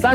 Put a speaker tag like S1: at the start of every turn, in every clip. S1: 三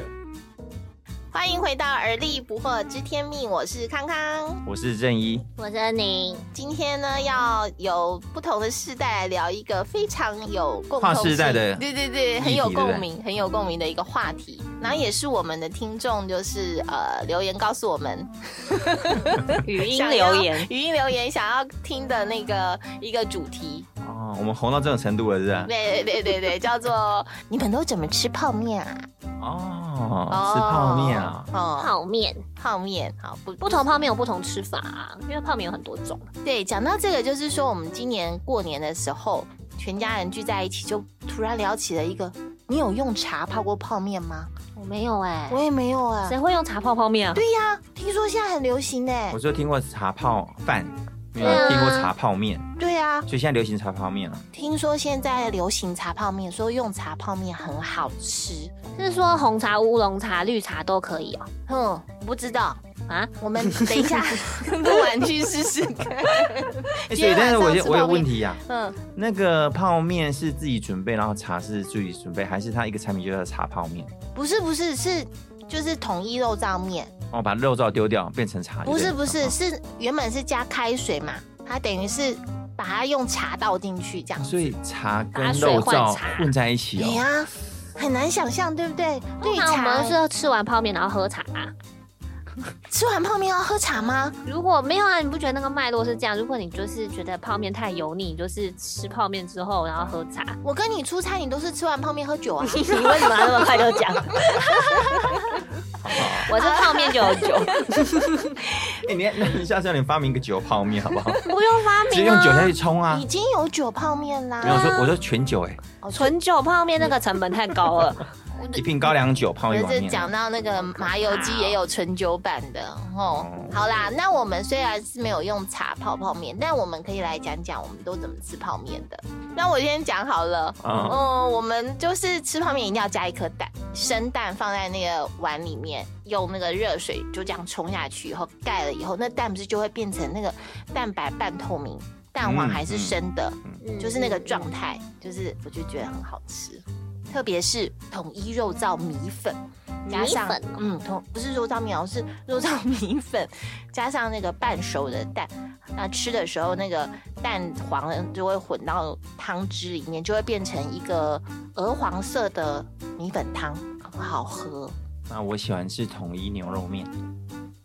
S2: 欢迎回到《而立不惑知天命》，我是康康。
S3: 我是正一，
S4: 我是宁，
S2: 今天呢，要有不同的世代来聊一个非常有共
S3: 跨
S2: 同
S3: 世代
S2: 性
S3: 的
S2: 对对对，很有共鸣，很有共鸣的一个话题。然后也是我们的听众，就是呃留言告诉我们
S4: 语音
S2: 想要
S4: 留言，
S2: 语音留言想要听的那个一个主题。
S3: 哦，我们红到这种程度了，是 吧？
S2: 对对对对，叫做你们都怎么吃泡面啊？
S3: 哦，吃泡面啊，
S2: 哦，
S4: 泡面，
S2: 泡面好不
S4: 不同泡面有不同吃法啊，因为泡面有很多种。
S2: 对，讲到这个，就是说我们今年过年的时候，全家人聚在一起，就突然聊起了一个：你有用茶泡过泡面吗？
S4: 我没有哎、
S2: 我也没有啊。
S4: 谁会用茶泡泡面啊？
S2: 对呀、听说现在很流行呢、
S3: 我就听过茶泡饭，没有
S4: 对啊
S3: 听过茶泡面，
S2: 对呀、
S3: 所以现在流行茶泡面了。
S2: 听说现在流行茶泡面，说用茶泡面很好吃。
S4: 是说红茶、乌龙茶、绿茶都可以哦、
S2: 哼，不知道，
S4: 啊？
S2: 我们等一 下录完去试试看。
S3: 哎，
S2: 今
S3: 所以
S2: 天
S3: 但是我
S2: 晚上
S3: 有
S2: 吃
S3: 我有
S2: 泡面
S3: 问题呀、
S2: 嗯，
S3: 那个泡面是自己准备，然后茶是自己准备，还是它一个产品就叫茶泡面？
S2: 不是不是是就是统一肉燥面。
S3: 哦，把肉燥丢掉变成茶就
S2: 不
S3: 对
S2: 是
S3: 了？
S2: 不
S3: 哦
S2: 是，是原本是加开水嘛，它等于是把它用茶倒进去这样。
S3: 所以茶跟
S4: 打水
S3: 肉
S4: 换
S3: 燥
S4: 茶
S3: 混在一起
S2: 哎
S3: 哦。
S2: 呀、很难想象，对不对？
S4: 通
S2: 绿
S4: 常我
S2: 茶
S4: 们哦是要吃完泡面然后喝茶、啊
S2: 吃完泡面要喝茶吗？
S4: 如果没有啊，你不觉得那个脉络是这样？如果你就是觉得泡面太油腻，你就是吃泡面之后然后喝茶。
S2: 我跟你出差，你都是吃完泡面喝酒啊？
S4: 你为什么要那么快就讲？ 我是泡面就有酒，
S3: 哎、你那你下次要你发明一个酒泡面好不 好？
S4: 不用发
S3: 直接
S4: 明
S3: 用酒下
S4: 啊。
S3: 去冲啊
S2: 已！经有酒泡面啦。哦
S3: 没有我说我说全酒哎、
S4: 纯酒泡面那个成本太高了，
S3: 一瓶高粱酒泡一
S2: 可
S3: 碗
S2: 是
S3: 面。啊
S2: 讲到那个麻油鸡也有纯酒版的哦
S3: 哦。
S2: 好啦，那我们虽然是没有用茶泡泡面，但我们可以来讲讲我们都怎么吃泡面的。那我先讲好了，
S3: 嗯
S2: 嗯、我们就是吃泡面一定要加一颗蛋，生蛋放在那个碗里面，用那个热水就这样冲下去，以后盖了以后，那蛋不是就会变成那个蛋白半透明，蛋黄
S3: 嗯
S2: 还是
S3: 嗯
S2: 生的。
S4: 嗯
S2: 就是那个状态，就是我就觉得很好吃，特别是统一肉燥米粉，加上
S4: 米粉哦
S2: 嗯，统不是肉燥面哦，是肉燥米粉， 加上那个半熟的蛋，那吃的时候那个蛋黄就会混到汤汁里面，就会变成一个鹅黄色的米粉汤，很好喝。
S3: 那我喜欢吃统一牛肉面，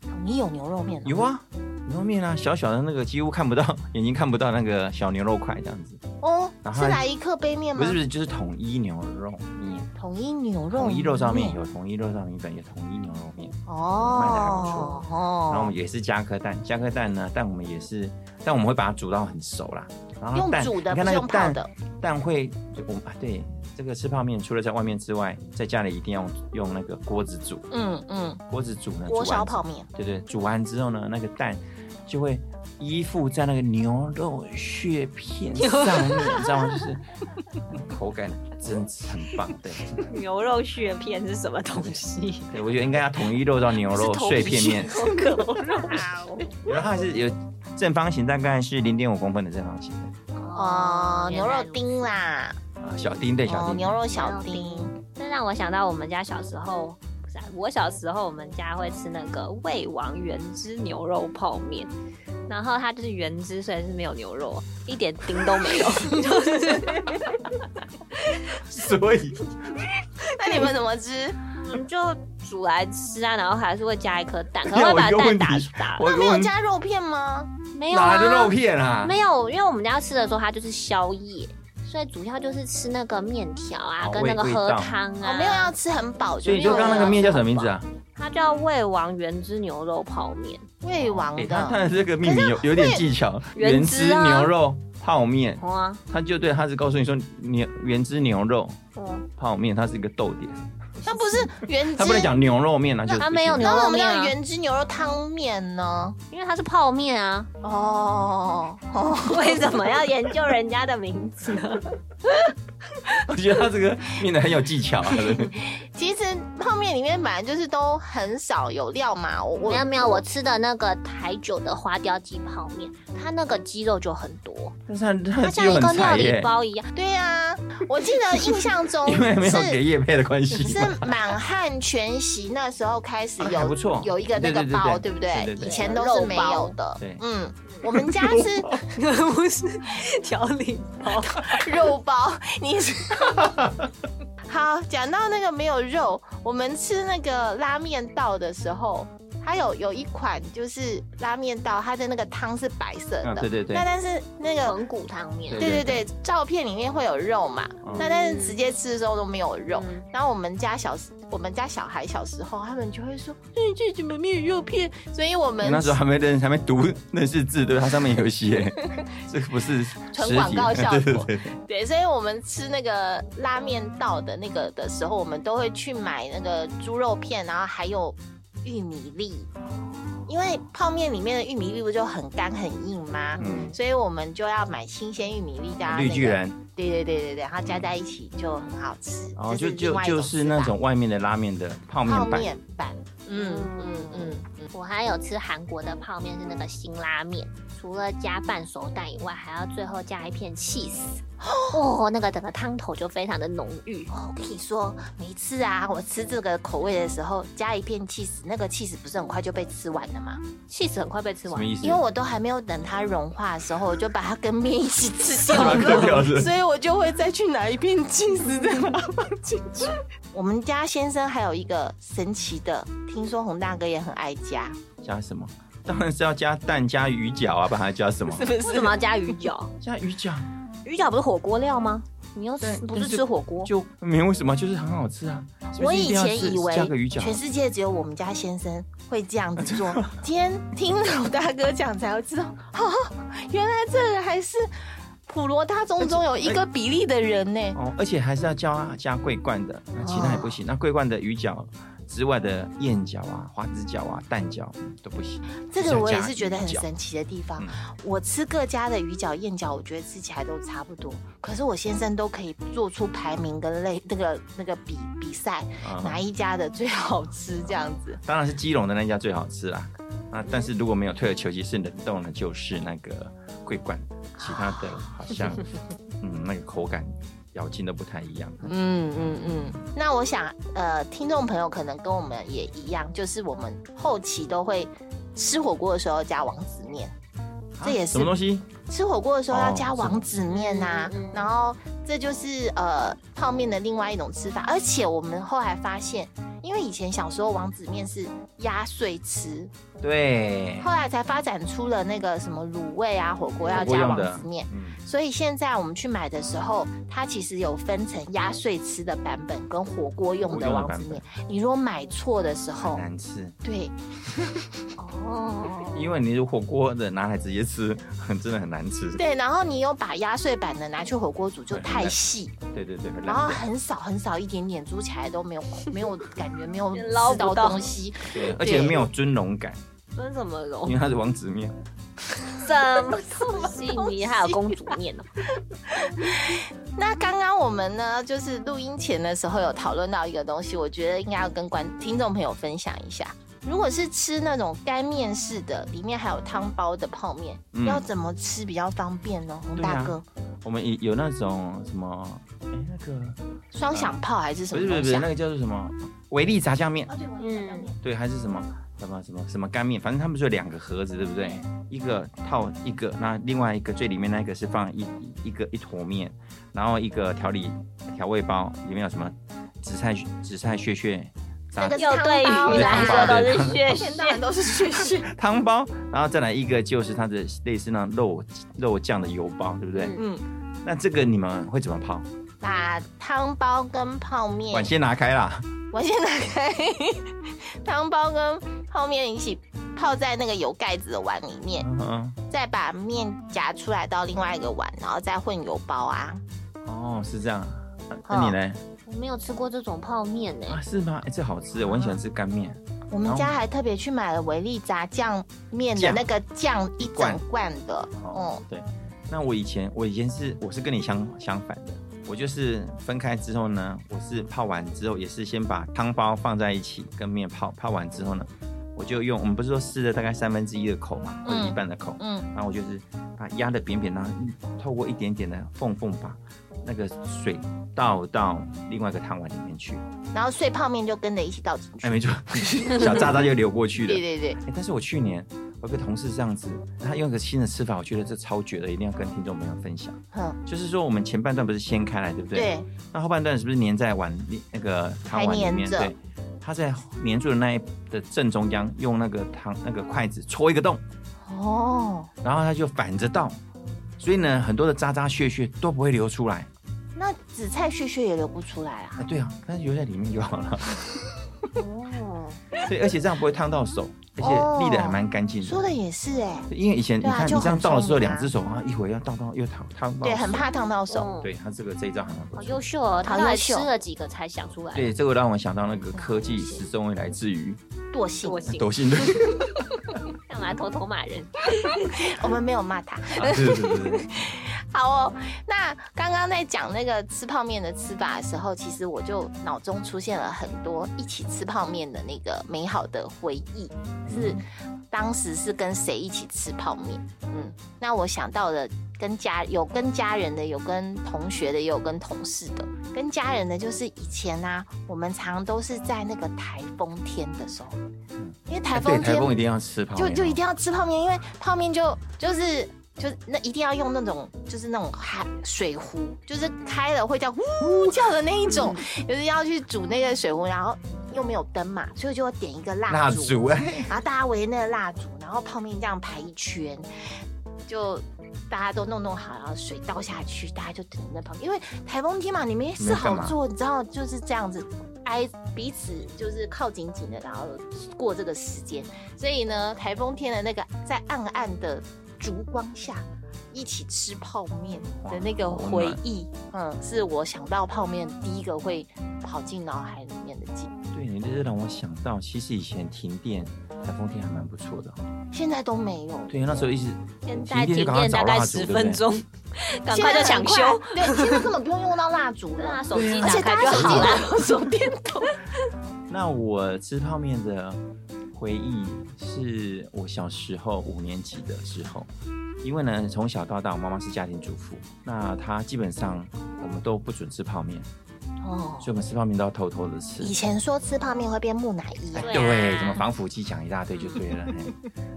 S2: 统一有牛肉面哦，
S3: 有啊，牛肉面啊，小小的那个几乎看不到， 眼睛看不到那个小牛肉块这样子。
S2: 哦，
S3: 然后
S2: 是来一克杯面
S3: 不
S2: 吗
S3: 是？不是，就是统一牛肉面，
S2: 统一牛肉
S3: 统一肉燥面
S2: 面
S3: 有统一肉燥米粉，有统一牛肉面。卖得还不
S2: 哦
S3: 错
S2: 哦
S3: 然后我们也是加颗蛋，加颗蛋呢，但我们也是，但我们会把它煮到很熟啦。然后
S2: 哦用
S3: 蛋
S2: 煮的，
S3: 你
S2: 不
S3: 看那
S2: 是
S3: 个
S2: 用泡
S3: 蛋
S2: 的。
S3: 蛋会，就我们啊对这个吃泡面，除了在外面之外，在家里一定要用那个锅子煮，
S2: 嗯嗯，
S3: 锅子煮呢，
S2: 锅
S3: 煮完
S2: 烧泡面。
S3: 对对，煮完之后呢，那个蛋就会依附在那个牛肉血片上面，你知道 吗？就是口感真的很棒，对，
S4: 牛肉血片是什么东西？
S3: 对我觉得应该要统一肉到牛肉碎片面，然后它是有正方形，大概是零点五公分的正方形的
S2: 哦，
S4: 原
S2: 牛
S4: 来
S2: 肉
S4: 如此
S2: 丁啦，
S3: 啊，小丁对小
S2: 哦，
S3: 丁，
S2: 牛肉小
S4: 牛
S2: 丁
S4: 肉，这让我想到我们家小时候，不是、啊、我小时候，我们家会吃那个味王原汁牛肉泡面，然后它就是原汁，虽然是没有牛肉，一点丁都没 有，就是
S3: 所以
S2: 那你们怎么吃？
S4: 我们就煮来吃啊，然后还是会加一颗蛋，可
S3: 等一
S4: 能
S3: 下
S4: 会把
S3: 我有
S4: 蛋
S3: 问
S4: 打
S3: 题
S4: 打
S3: 我
S2: 啊那没有加肉片吗？
S4: 没有
S3: 哪
S4: 啊
S3: 来的肉片啊？
S4: 没有，因为我们家吃的时候它就是宵夜。所以主要就是吃那个面条啊，
S3: 哦
S4: 跟
S3: 味
S4: 那个
S3: 味
S4: 喝
S3: 道
S4: 汤啊，
S2: 我哦没有要吃很饱，
S3: 所以
S2: 没
S3: 你
S2: 有
S3: 就刚刚那个面叫什么名字啊？
S4: 它叫味王原汁牛肉泡面。
S2: 魏王
S3: 欸、他他
S2: 的，
S3: 的这个命名有有点技巧，
S4: 原
S3: 原
S4: 汁
S3: 汁
S4: 啊
S3: 牛肉泡面，
S4: 哦啊，
S3: 他就对，他是告诉你说牛原汁牛肉
S4: 嗯，
S3: 泡面，它是一个逗点，
S2: 那不是原汁
S3: 他不能讲牛肉面啊，就是
S4: 他没有牛
S2: 那
S4: 肉
S2: 我们
S4: 面啊
S2: 叫原汁牛肉汤面呢？
S4: 因为它是泡面啊，
S2: 哦哦，
S4: 为什么要研究人家的名字呢？
S3: 我觉得他这个面的很有技巧啊，对不对
S2: 其实泡面里面本来就是都很少有料嘛。我我
S4: 没有没有，我吃的那个台酒的花雕鸡泡面，它那个鸡肉就很多，
S3: 但是他他
S4: 它
S3: 的鸡
S4: 像
S3: 肉
S4: 一
S3: 很
S4: 个料
S3: 柴
S4: 理
S3: 耶，
S4: 包一样。
S2: 对呀、我记得印象中
S3: 因为没有给
S2: 是
S3: 叶配的关系
S2: 是
S3: 嘛，
S2: 满汉全席那时候开始
S3: 啊
S2: 有、
S3: 还不错
S2: 有一个那个
S3: 对对对
S2: 包，
S3: 对
S2: 不
S3: 对对对
S2: 以前都是没有的
S3: 对。
S2: 嗯，我们家是
S4: 不是 调理包，
S2: 肉包，你是。 好，讲到那个没有肉，我们吃那个拉面道的时候，它有有一款就是拉面道，它的那个汤是白色的，
S3: 啊对对对
S2: 那但是那个。
S4: 豚骨汤面。
S2: 对对对，照片里面会有肉嘛？
S3: 嗯
S2: 那但是直接吃的时候都没有肉。
S4: 嗯
S2: 然后我们家小时，我们家小孩小时候，他们就会说：“嗯，这怎么没有肉片？”所以我们
S3: 那时候还没认还没读认识字，对吧，它上面有写， 这个不是
S2: 纯
S3: 实
S2: 广
S3: 体
S2: 告
S3: 的
S2: 效
S3: 对对
S2: 果
S3: 对
S2: 对，所以我们吃那个拉面道的那个的时候，我们都会去买那个猪肉片，然后还有玉米粒，因为泡面里面的玉米粒不就很干很硬吗？
S3: 嗯，
S2: 所以我们就要买新鲜玉米粒加、那个、
S3: 绿巨，人，
S2: 对对对对对，然后加在一起就很好吃。
S3: 然
S2: 这
S3: 后哦就是就
S2: 另外一
S3: 就是
S2: 吃
S3: 那
S2: 法
S3: 种外面的拉面的泡面
S2: 泡
S3: 版，
S2: 面版，嗯嗯嗯嗯，
S4: 我还有吃韩国的泡面，是那个辛拉面，除了加半熟蛋以外，还要最后加一片 cheese。哦，那个整个汤头就非常的浓郁。
S2: 我跟你说，每次啊，我吃这个口味的时候，加一片 cheese，那个 cheese 不是很快就被吃完了吗？
S4: cheese 很快被吃
S3: 什
S4: 完
S3: 么，意思？
S2: 因为我都还没有等它融化的时候，我就把它跟面一起吃 掉
S3: 把它割掉
S2: 了，
S3: 是不是
S2: 所以我就会再去拿一片 cheese 再把它放进去。我们家先生还有一个神奇的，听说洪大哥也很爱加，
S3: 加什么？当然是要加蛋加鱼饺啊，不然还加 什么？
S2: 是不
S4: 为
S2: 是
S4: 什？么要加鱼饺？
S3: 加鱼饺
S4: 鱼饺不是火锅料吗？你又
S3: 对
S4: 吃不
S3: 但
S4: 是
S3: 是
S4: 吃火锅？
S3: 就没有什么，就是很好吃啊。是不
S2: 我
S3: 是一
S2: 以
S3: 定要
S2: 前
S3: 吃
S2: 以为
S3: 加个鱼
S2: 全
S3: 饺，
S2: 世界只有我们家先生会这样子 做，今天听老大哥讲才会知道，哦，原来这个还是普罗大众中有一个比例的人呢。
S3: 哎哦，而且还是要加加桂冠的，那其他也不行。那桂冠的鱼饺之外的燕饺啊、花枝饺啊、蛋饺都不行。
S2: 这
S3: 是
S2: 个
S3: 要
S2: 我也
S3: 加
S2: 是觉得很
S3: 鱼饺
S2: 神奇的地方
S3: 嗯。
S2: 我吃各家的鱼饺、燕饺，我觉得吃起来都差不多，可是我先生都可以做出排名跟类那个那个比比赛，
S3: 啊
S2: 哪一家的最好吃这样子。
S3: 当然是基隆的那一家最好吃啦。啊，但是如果没有退而求其次冷冻呢，就是那个桂冠，其他的好像 嗯那个口感咬劲都不太一样。啊
S2: 嗯嗯嗯，那我想，呃，听众朋友可能跟我们也一样，就是我们后期都会吃火锅的时候加王子面，这也
S3: 啊
S2: 是
S3: 什么东西？
S2: 吃火锅的时候要加
S3: 哦
S2: 王子面呐、
S4: 是嗯嗯
S2: 然后这就是呃泡面的另外一种吃法。而且我们后来发现，因为以前小时候王子面是压碎吃，
S3: 对，
S2: 后来才发展出了那个什么卤味啊火锅要
S3: 火锅
S2: 加
S3: 用
S2: 王
S3: 的
S2: 子面。
S3: 嗯，
S2: 所以现在我们去买的时候，它其实有分成压碎吃的版本跟火锅用的王子面。你如果买错的时候，
S3: 难吃。
S2: 对，
S4: 哦，
S3: 因为你如火锅的拿来直接吃， 很真的很难吃。
S2: 对，然后你又把压碎版的拿去火锅煮，就太细，
S3: 对对对，会
S2: 然后
S3: 烂掉。
S2: 很少很少一点点，煮起来都没有没有感觉，没有吃
S4: 捞不
S2: 到
S4: 到
S2: 东西。
S3: 对，而且没有尊荣感，
S4: 分什么
S3: 因
S4: 容？
S3: 为它是王子面。
S4: 什么东西？你还有公主面哦呢？
S2: 那刚刚我们呢，就是录音前的时候有讨论到一个东西，我觉得应该要跟观听众朋友分享一下。如果是吃那种干面式的，里面还有汤包的泡面，
S3: 嗯
S2: 要怎么吃比较方便呢？洪
S3: 对
S2: 大
S3: 啊
S2: 哥，
S3: 我们有有那种什么，哎，那个
S2: 双响炮还是什
S3: 不
S2: 么
S3: 是不是
S2: 东
S3: 不
S2: 西
S3: 是
S2: 啊？
S3: 那个叫做什么维力炸酱
S2: 哦
S3: 面，
S4: 嗯，
S3: 对，还是什么什么什么什么干面，反正他们就有两个盒子，对不对？一个套一个，那另外一个最里面那个是放一一一个一坨面，然后一个调理调味包，里面有什么紫菜紫菜屑屑炸
S2: 那个
S4: 又对鱼来说都是血
S2: 哦现
S4: 血
S2: 在都是血血。
S3: 汤包，然后再来一个就是它的类似那种肉肉酱的油包，对不对？
S4: 嗯
S2: 嗯，
S3: 那这个你们会怎么泡？
S2: 把汤包跟泡面，
S3: 碗先拿开啦，
S2: 我先打开 汤包跟泡面一起泡在那个有盖子的碗里面，
S3: 嗯，
S2: 再把面夹出来到另外一个碗，然后再混油包啊。
S3: 哦，是这样。那你呢？
S4: 我没有吃过这种泡面呢、
S3: 啊，是吗？哎，这好吃，我很喜欢吃干面。
S2: 我们家还特别去买了维力炸酱面的
S3: 酱
S2: 那个酱一整罐的，
S3: 哦
S2: 嗯，，
S3: 对。那我以前我以前是我是跟你相相反的，我就是分开之后呢，我是泡完之后也是先把汤包放在一起跟面泡，泡完之后呢，我就用我们不是说试了大概三分之一的口嘛，或者
S2: 嗯
S3: 一半的口，
S2: 嗯，
S3: 然后我就是把它压的扁扁，然后透过一点点的缝缝把那个水倒到另外一个汤碗里面去，
S2: 然后碎泡面就跟着一起倒进去
S3: 哎，。没错， 小渣渣就流过去了。
S2: 对对对，
S3: 哎、但是我去年我有个同事这样子，他用一个新的吃法，我觉得这超绝的，一定要跟听众朋友分享。
S2: 嗯，
S3: 就是说，我们前半段不是掀开来，对不对？。
S2: 对，
S3: 那后半段是不是粘在碗里那个汤碗里
S2: 还
S3: 面？
S2: 粘着
S3: 对。他在粘住的那一的正中央，用那个汤那个筷子戳一个洞，
S2: 哦，
S3: 然后他就反着倒，所以呢，很多的渣渣屑屑都不会流出来。
S2: 那紫菜屑屑也流不出来啊。
S3: 啊，对啊，但是留在里面就好了。
S4: 哦，
S3: 对，而且这样不会烫到手，而且沥的还蛮干净的。
S2: 哦说的也是哎，
S3: 因为以前你
S2: 对啊
S3: 看、
S2: 就
S3: 你这样
S2: 很
S3: 倒的时
S2: 重
S3: 候，
S2: 啊
S3: 两只手啊，一会儿要倒到又烫烫到手，
S2: 对，很怕烫到
S4: 哦
S2: 手。
S3: 对他这个这一招还蛮不
S4: 好
S3: 错
S4: 优。秀哦，他
S2: 好
S4: 到底
S2: 优秀
S4: 吃了几个才想出来？
S3: 对，这个让我想到那个科技始终会来自于
S2: 惰性，
S4: 惰性，
S3: 抖性的，
S4: 干嘛偷偷骂人？
S2: 我们没有骂他。
S3: 啊对对对对对，
S2: 好哦，那刚刚在讲那个吃泡面的吃法的时候，其实我就脑中出现了很多一起吃泡面的那个美好的回忆，是
S3: 嗯
S2: 当时是跟谁一起吃泡面？嗯，那我想到了跟家有跟家人的，有跟同学的，也有跟同事的。跟家人的就是以前啊，我们常都是在那个台风天的时候，因为台
S3: 哎
S2: 风
S3: 对，
S2: 天
S3: 台风一定要吃泡
S2: 就
S3: 面，哦
S2: 就一定要吃泡面，因为泡面就就是就是那一定要用那种就是那种海水壶，就是开了会叫呜叫的那一种，就是要去煮那个水壶，然后又没有灯嘛，所以就会点一个
S3: 蜡
S2: 蜡烛，
S3: 烛哎，
S2: 然后大家围那个蜡烛，然后泡面这样排一圈，就。大家都弄弄好，然后水倒下去，大家就等那旁边，因为台风天嘛，你没事好做，你知道就是这样子，挨彼此就是靠紧紧的，然后过这个时间。所以呢，台风天的那个在暗暗的烛光下一起吃泡面的那个
S3: 哇好温
S2: 回
S3: 暖
S2: 忆，嗯，是我想到泡面第一个会跑进脑海里面的记忆。
S3: 对你这让我想到，其实以前停电台风天还蛮不错的，哦
S2: 现在都没有，
S3: 对，那时候一直
S4: 现在
S3: 停
S4: 停
S3: 电就赶快
S4: 电
S3: 找
S4: 大
S3: 蜡烛
S4: 概十
S3: 对不
S4: 分
S3: 对
S4: 钟，赶
S2: 现在
S4: 快就
S2: 很
S4: 抢
S2: 快
S4: 修。
S2: 对，现在根本不用用到蜡烛
S4: 对啊，
S2: 了，
S4: 手机
S3: 对啊
S4: 打
S2: 而且
S4: 开
S2: 大
S4: 就
S2: 家手机
S4: 好了。
S2: 拿到手 电筒，
S3: 那我吃泡面的回忆是我小时候五年级的时候，因为呢从小到大我妈妈是家庭主妇，那她基本上我们都不准吃泡面，
S2: 哦
S3: 所以我们吃泡面都要偷偷的吃。
S2: 以前说吃泡面会变木乃伊啊，
S4: 对啊
S3: 对，什么防腐剂讲一大堆就对了。嘿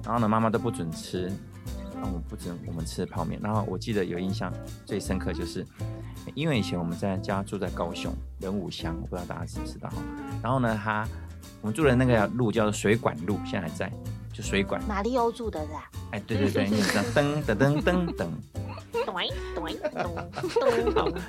S3: 然后呢，妈妈都不准吃，那我们不准我们吃泡面。然后我记得有印象最深刻就是，因为以前我们在家住在高雄仁武乡，我不知道大家知不知道。然后呢，他我们住的那个路叫做水管路，现在还在，就水管。
S2: 马里欧住的是吧？
S3: 哎，对对对，你知道噔噔噔噔噔。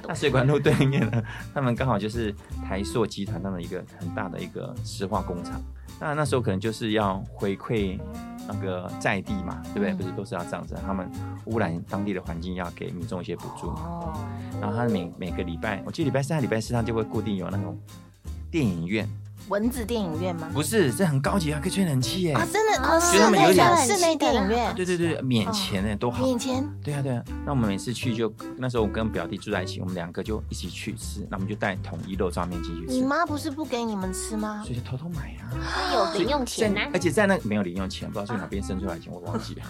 S3: 那水管路对面呢，他们刚好就是台塑集团那么一个很大的一个石化工厂。那那时候可能就是要回馈那个在地嘛，对不对？
S2: 嗯
S3: 不是都是要这样子，他们污染当地的环境，要给民众一些补助嘛。
S2: 哦，
S3: 然后他每每个礼拜，我记得礼拜三、礼拜四，他就会固定有那种电影院，
S2: 蚊子电影院吗？
S3: 不是，这很高级啊，可以吹冷气耶。
S2: 啊，真的
S4: 啊
S2: 哦，
S3: 觉得
S2: 室
S3: 他们有
S2: 内
S3: 点
S2: 的室内电影院，
S3: 对对对，免钱的都好
S2: 哦你。以前
S3: 对啊，对啊。那我们每次去就，那时候我跟表弟住在一起，我们两个就一起去吃，那我们就带统一肉燥面进去
S2: 你
S3: 吃，
S2: 妈不是不给你们吃吗？
S3: 所以就偷偷买啊。
S4: 有零用钱啊呢
S3: 在，而且在那个没有零用钱，不知道从哪边生出来的钱，我忘记了。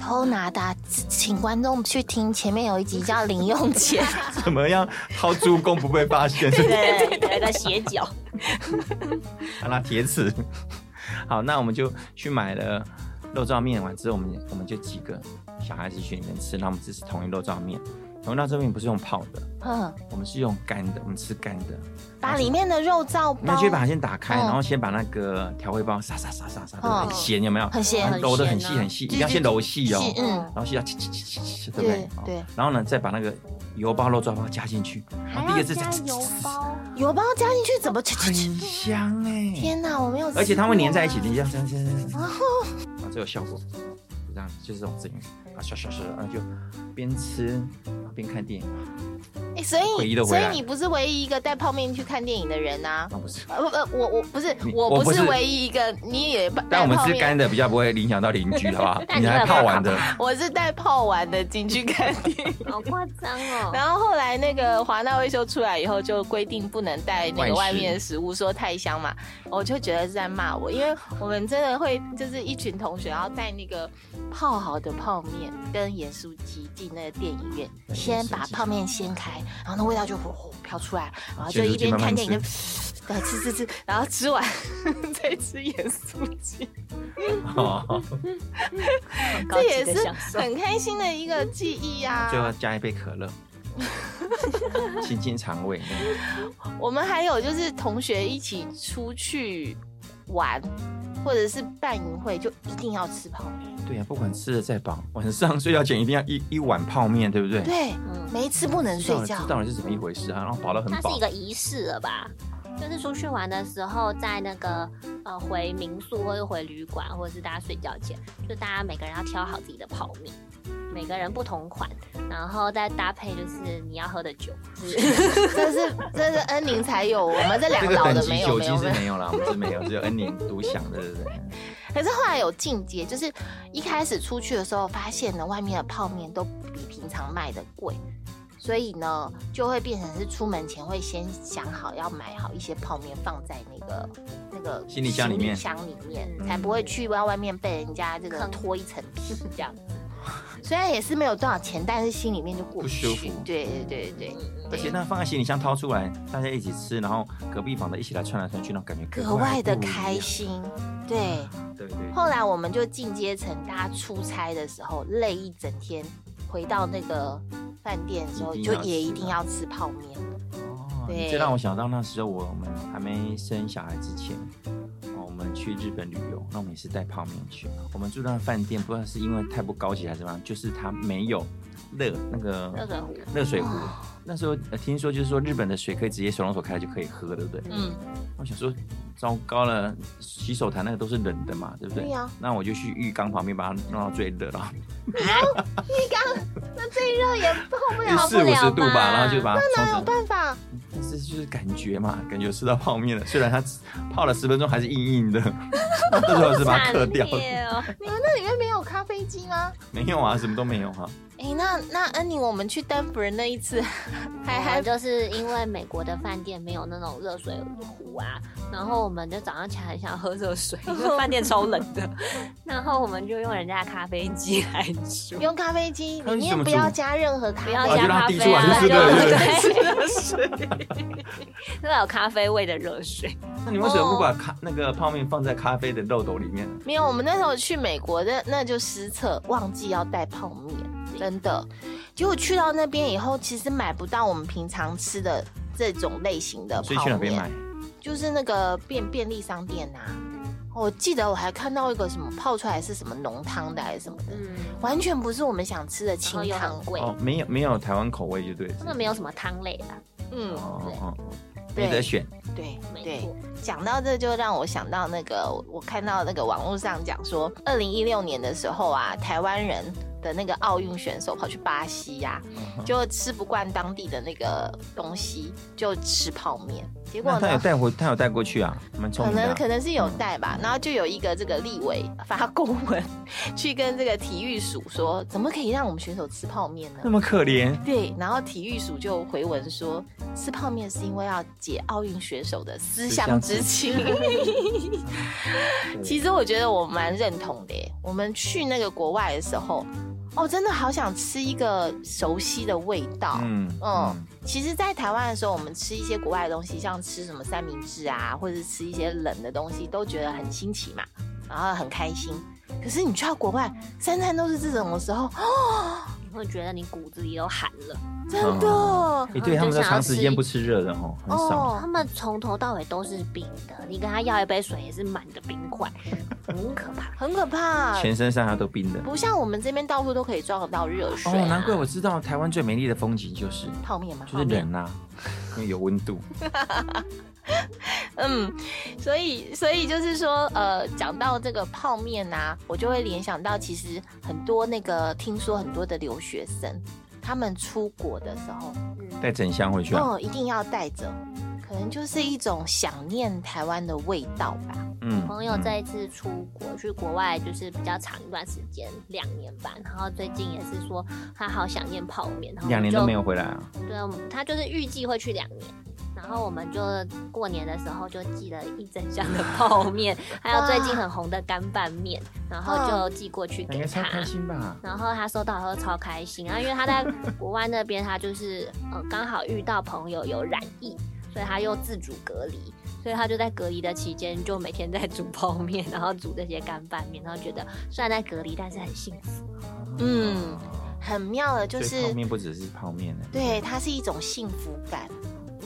S2: 偷拿的啊，请观众去听前面有一集叫零用 钱，
S3: 怎么样掏猪公不被发现？
S4: 对对对，在斜角。
S3: 啊，那铁齿。好，那我们就去买了肉燥面，完之后我们我们就几个小孩子去里面吃，那我们只是同一肉燥面，同一肉燥面不是用泡的，
S2: 嗯，
S3: 我们是用干的，我们吃干的。
S2: 把里面的肉燥
S3: 那
S2: 包
S3: 就把它先打开，
S2: 嗯
S3: 然后先把那个调味包撒撒撒撒撒的
S2: 嗯
S3: 很咸，有没有？
S2: 很咸
S3: 然后揉的很细
S4: 很咸啊？
S3: 很细，一
S2: 对
S3: 定要先揉细哦，
S2: 细嗯
S3: 然后细到切切切切切，对不对
S2: 对？对
S3: 哦，然后呢，再把那个油包肉燥包加进去，然后第一个是油包，
S2: 油包加进去，怎么吃吃
S3: 很
S2: 吃？
S3: 香 哎，
S2: 天哪，我没有吃过，
S3: 而且它会粘在一起，你这样这样这样，这样啊，这有效果，就这样就是这种声音啊，刷刷刷，然后就边吃然后边看电影，
S2: 哎、所
S3: 回忆
S2: 以
S3: 都
S2: 所
S3: 回
S2: 以
S3: 来
S2: 你不是唯一一个带泡面去看电影的人呐、
S3: 那不是。
S2: 呃不不，我我不是
S3: 你，
S2: 我
S3: 我
S2: 不
S3: 不
S2: 是
S3: 是
S2: 唯一一个，你也带
S3: 但我们
S2: 泡
S3: 是
S2: 面
S3: 干的，比较不会影响到邻居，好不好
S4: 但你
S3: 你还
S4: 们
S3: 泡完的，
S2: 我是带泡完的进去看电影。
S4: 好夸张哦！
S2: 然后后来那个华纳维修出来以后，就规定不能带那个外面的食物，说太香嘛，我就觉得是在骂我，因为我们真的会就是一群同学，然后带那个泡好的泡面跟盐酥鸡进那个电影院，
S3: 那盐酥鸡
S2: 先把泡面掀开，然后那味道就呼呼飘出来，然后就
S3: 咸酥鸡
S2: 一边看电影
S3: 慢慢
S2: 就。对，吃吃 吃，然后吃完再吃盐酥 鸡，
S3: 哦
S4: 很高
S2: 这
S4: 级
S2: 也
S4: 的
S2: 是
S4: 享受，
S2: 很开心的一个记忆啊。
S3: 最后加一杯可乐，清清肠胃。
S2: 我们还有就是同学一起出去玩，或者是办营会，就一定要吃泡面。
S3: 对呀、不管吃的再饱，晚上睡觉前一定要一一碗泡面，对不对？
S2: 对，
S4: 嗯，
S2: 没吃不能睡
S3: 到底
S2: 觉
S3: 这。 到底是怎么一回事啊？然后饱到很
S4: 它是
S3: 饱
S4: 一，个仪式了吧？就是出去玩的时候，在那个呃回民宿或者回旅馆，或者是大家睡觉前，就大家每个人要挑好自己的泡面，每个人不同款，然后再搭配就是你要喝的酒，
S2: 这是这是恩宁才有，我们这两
S3: 这
S2: 个
S3: 个
S2: 老
S3: 等
S2: 的
S3: 级
S2: 没有
S3: 酒
S2: 没有
S3: 精
S2: 没
S3: 是
S2: 有。
S3: 没有啦，我们是没有，只有恩宁独享的，对不对？
S2: 可是后来有进阶，就是一开始出去的时候，发现呢外面的泡面都比平常卖的贵，所以呢就会变成是出门前会先想好要买好一些泡面放在那个那个
S3: 行李箱里面
S2: 行李箱里面
S4: 嗯
S2: 才不会去外外面被人家这个
S3: 嗯
S4: 坑
S2: 脱一层皮这样。
S4: 子。
S2: 虽然也是没有多少钱，但是心里面就过
S3: 不
S2: 去。
S3: 舒服嗯
S2: 对对对对，
S3: 而且那放在行李箱掏出来，大家一起吃，然后隔壁房的一起来串来串去，那种感觉
S2: 格外的开心。
S3: 心。
S2: 哦对，
S3: 对对，
S2: 后来我们就进阶成大家出差的时候累一整天，回到那个饭店的时候，
S3: 一
S2: 就
S3: 定要吃
S2: 也一定要吃泡面。
S3: 哦，
S2: 对
S3: 你这让我想到那时候我们还没生小孩之前，哦，我们去日本旅游，那我们也是带泡面去。我们住那饭店，不知道是因为太不高级还是怎么样，就是它没有热那个
S4: 热水壶
S3: 热水壶。
S4: 啊
S3: 那时候呃听说就是说日本的水可以直接水龙头开就可以喝，对不对？
S2: 嗯，
S3: 我想说，糟糕了，洗手台那个都是冷的嘛，对不对？
S2: 对呀
S3: 那我就去浴缸旁边把它弄到最热，然后
S2: 那最热也碰不
S3: 就
S2: 了，
S4: 不
S3: 四五十
S4: 了
S3: 度吧，
S4: 吧
S3: 然后就把它冲
S2: 哪有
S3: 成
S2: 办法？
S3: 但是就是感觉嘛，感觉吃到泡面了，虽然它吃泡了十分钟还是硬硬 的，这时候是把它嗑掉
S4: 惨烈
S3: 了。
S4: 哦
S2: 你们那里面没有咖啡机吗？
S3: 没有啊，什么都没有哈、
S2: 哎，那那安妮，我们去丹佛人那一次，还
S4: 我
S2: 还
S3: 哦
S4: 们就是因为美国的饭店没有那种热水壶啊，然后我们就早上起来很想喝热水，因为饭店超冷的， 然后我们就用人家的咖啡机来煮，
S2: 用咖啡机，
S3: 咖
S2: 里
S3: 啡机怎
S2: 面
S3: 么
S2: 不
S3: 煮
S2: 要加任何咖
S4: 不
S2: 啡，
S4: 要
S3: 哦
S4: 加
S3: 就让
S4: 咖
S3: 它滴
S4: 啡啊，
S3: 出来就是热
S4: 对，
S2: 热水。
S4: 都有咖啡味的热水，
S3: 那你为什么不把咖、那个泡面放在咖啡的漏斗里面呢？
S2: 没有，我们那时候去美国，那那就失策，忘记要带泡面，真的。结果去到那边以后，其实买不到我们平常吃的这种类型的
S3: 所以
S2: 泡
S3: 去哪边
S2: 面
S3: 买，？
S2: 就是那个便便利商店啊。我记得我还看到一个什么泡出来是什么浓汤的还是什么的，
S4: 嗯，
S2: 完全不是我们想吃的
S4: 然后
S2: 清
S4: 又
S2: 汤
S4: 很。贵，
S3: 哦，没有没有台湾口味就对了。
S4: 真的没有什么汤类啊，
S2: 嗯，
S3: 哦哦，
S2: 对
S3: 没得选。
S2: 对
S4: 没
S2: 对
S4: 错。，
S2: 讲到这，就让我想到那个，我看到那个网络上讲说，二零一六年的时候啊，台湾人的那个奥运选手跑去巴西呀、
S3: 嗯
S2: 就吃不惯当地的那个东西，就吃泡面。结果
S3: 那他有
S2: 呢，
S3: 带回，他有带过去啊？我们聪
S2: 可
S3: 明的
S2: 能
S3: 啊、
S2: 可能是有带吧，然后就有一个这个立委发公文 去跟这个体育署说，怎么可以让我们选手吃泡面呢
S3: 那？么可怜，
S2: 对，然后体育署就回文说，吃泡面是因为要解奥运选手的思乡之情。 其实我觉得我蛮认同的耶。我们去那个国外的时候，哦，真的好想吃一个熟悉的味道。嗯
S3: 嗯嗯，
S2: 其实，在台湾的时候，我们吃一些国外的东西，像吃什么三明治啊，或者是吃一些冷的东西，都觉得很新奇嘛，然后很开心。可是你去到国外，三餐都是这种的时候，
S4: 你会觉得你骨子里都寒了。
S2: 真的，
S3: 诶对，他们都长时间不吃热的哦，很少。
S2: 哦
S4: 他们从头到尾都是冰的，你跟他要一杯水也是满的冰块，很可怕。
S2: 很可怕。
S3: 全身上下都冰的。
S2: 不像我们这边到处都可以装得到热水、啊
S3: 哦，难怪我知道台湾最美丽的风景就是
S2: 泡面嘛，
S3: 就
S2: 泡
S3: 是
S2: 面
S3: 人呐、因为有温度。
S2: 嗯，所以所以就是说，呃，讲到这个泡面啊，我就会联想到，其实很多那个听说很多的留学生，他们出国的时候，
S4: 嗯
S3: 带整箱回去啊。
S2: 哦，一定要带着，可能就是一种想念台湾的味道吧。
S3: 嗯，
S4: 朋友
S3: 嗯
S4: 这一次出国去国外，就是比较长一段时间，两年吧。然后最近也是说他好想念泡面，然后我们
S3: 两年都
S4: 就
S3: 没有回来啊。
S4: 对，我们他就是预计会去两年，然后我们就过年的时候就寄了一整箱 的泡面，还有最近很红的干拌面，然后就寄过去
S3: 那应
S4: 给
S3: 该超
S4: 他。
S3: 开心吧？
S4: 然后他收到以后超开心，然后因为他在国外那边，他就是呃刚好遇到朋友有染疫，所以他又自主隔离，所以他就在隔离的期间就每天在煮泡面，然后煮这些干拌面，然后觉得虽然在隔离，但是很幸福。
S2: 嗯，很妙的，就
S3: 哦所以泡
S2: 是
S3: 面不只是泡面呢。
S2: 对，它是一种幸福感。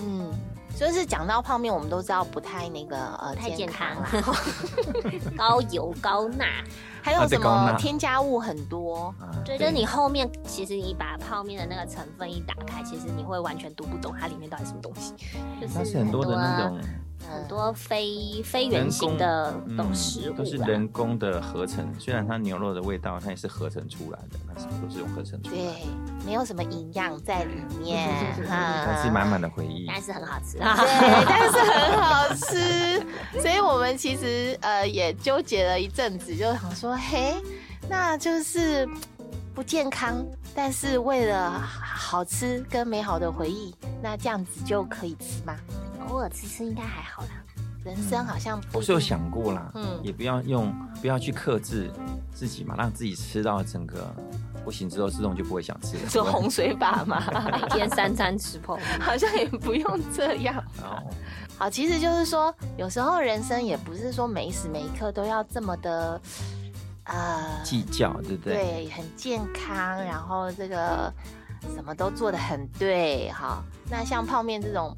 S2: 嗯，就是讲到泡面，我们都知道不太那个呃
S4: 太健康
S2: 啦，
S4: 高油高钠，
S2: 还
S3: 啊
S2: 有
S3: 对
S2: 什
S3: 高钠
S2: 么添加物很多。
S3: 啊
S4: 对，就是你后面其实你把泡面的那个成分一打开，其实你会完全读不懂它里面到底什么东西，就
S3: 它是很多的那
S2: 啊
S3: 种
S2: 嗯
S4: 很多非非圆形的
S3: 嗯
S4: 东食物、啊，
S3: 都是人工嗯的合成。
S2: 嗯
S3: 虽然它牛肉的味道，它也是合成出来的，那什么都是用合成出来
S2: 对
S3: 的，，
S2: 没有什么营养在里 面嗯
S3: 但是满满的回忆。
S4: 但是很好 吃。
S2: 对，但是很好吃，所以我们其实呃也纠结了一阵子，就想说，嘿，那就是嗯不健康，但是为了好吃跟美好的回忆，那这样子就可以吃吗？
S4: 偶尔吃吃应该还好啦。
S2: 人
S3: 嗯
S2: 生好像不
S3: 我是有想过啦，
S2: 嗯
S3: 也不要用，不要去克制自己嘛，让自己吃到整个不行之后，自动就不会想吃 了。
S2: 做洪水法嘛，
S4: 每天三餐吃泡面，
S2: 好像也不用这样。
S3: 然后
S2: 好，其实就是说，有时候人生也不是说每时每一刻都要这么的，呃，
S3: 计较，对不对？
S2: 对，很健康，然后这个什么都做得很对哈。那像泡面这种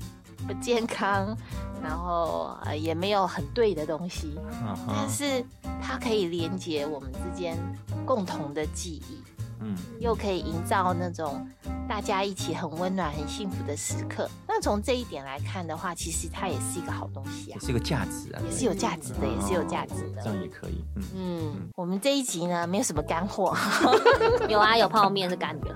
S2: 不健康，然后呃也没有很对的东西，
S3: 嗯哼
S2: 但是它可以连接我们之间共同的记忆，
S3: 嗯，
S2: 又可以营造那种大家一起很温暖、很幸福的时刻。那从这一点来看的话，其实它也是一个好东西啊
S3: 也，是个价值啊，
S2: 也是有价值的，也是有价值
S3: 这
S2: 的。
S3: 样也可以。嗯，
S2: 嗯，我们这一集呢，没有什么干 货。
S4: 有啊，有泡面是干的。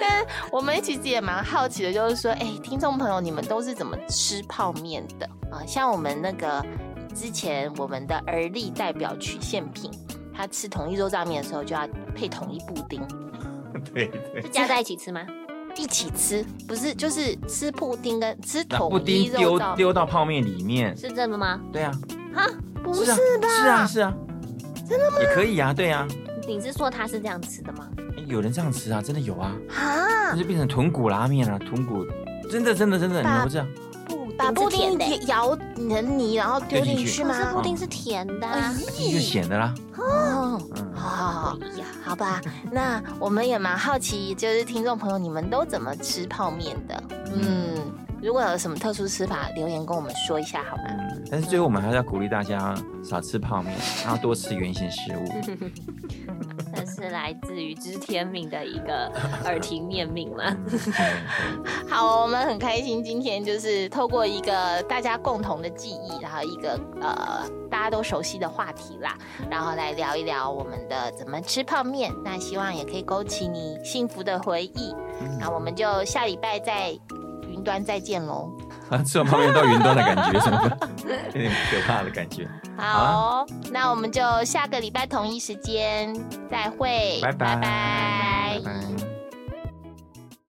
S2: 但我们其实也蛮好奇的，就是说，哎、听众朋友，你们都是怎么吃泡面的啊、像我们那个之前我们的儿力代表曲宪品，他吃统一肉燥面的时候就要配统一布丁嗯
S3: 对对。
S4: 是加在一起吃吗？
S2: 一起吃，不是就是吃布丁跟吃
S3: 那布
S2: 统一
S3: 丁
S2: 肉
S3: 丢
S2: 燥，
S3: 丢到泡面里面，
S4: 是这么吗？
S3: 对啊，
S2: 不
S3: 是啊，是啊，是啊，真的吗？也可以啊，对啊，
S4: 你是说他是这样吃的吗？
S3: 诶有人这样吃啊，真的有啊，
S2: 啊
S3: 那，就变成豚骨拉面了，豚骨，真的真的真的，
S2: 把
S3: 你不是啊？
S2: 把布丁
S4: 甜
S2: 也摇成泥，然后丢
S3: 丢进
S2: 进
S3: 去
S2: 去
S3: 哦
S4: 可是布
S2: 吗？
S4: 丁是甜的、啊
S2: 哎。
S3: 就咸的啦，
S2: 哦，
S3: 嗯，
S2: 好。
S4: 哎呀，
S2: 好吧，那我们也蛮好奇，就是听众朋友，你们都怎么吃泡面的？嗯，如果有什么特殊吃法，留言跟我们说一下好吗？
S3: 嗯但是最后我们还是要鼓励大家少吃泡面，然后多吃原形食 物。
S4: 这是来自于知天命的一个耳提面命嘛。
S2: 好，我们很开心，今天就是透过一个大家共同的记忆，然后一个呃大家都熟悉的话题啦，然后来聊一聊我们的怎么吃泡面。那希望也可以勾起你幸福的回忆。那我们就下礼拜在云端再见喽。
S3: 啊， 吃完泡面到云端的感觉，真的有点可怕的感觉。
S2: 好，那我们就下个礼拜同一时间再会，
S3: 拜拜
S2: 拜拜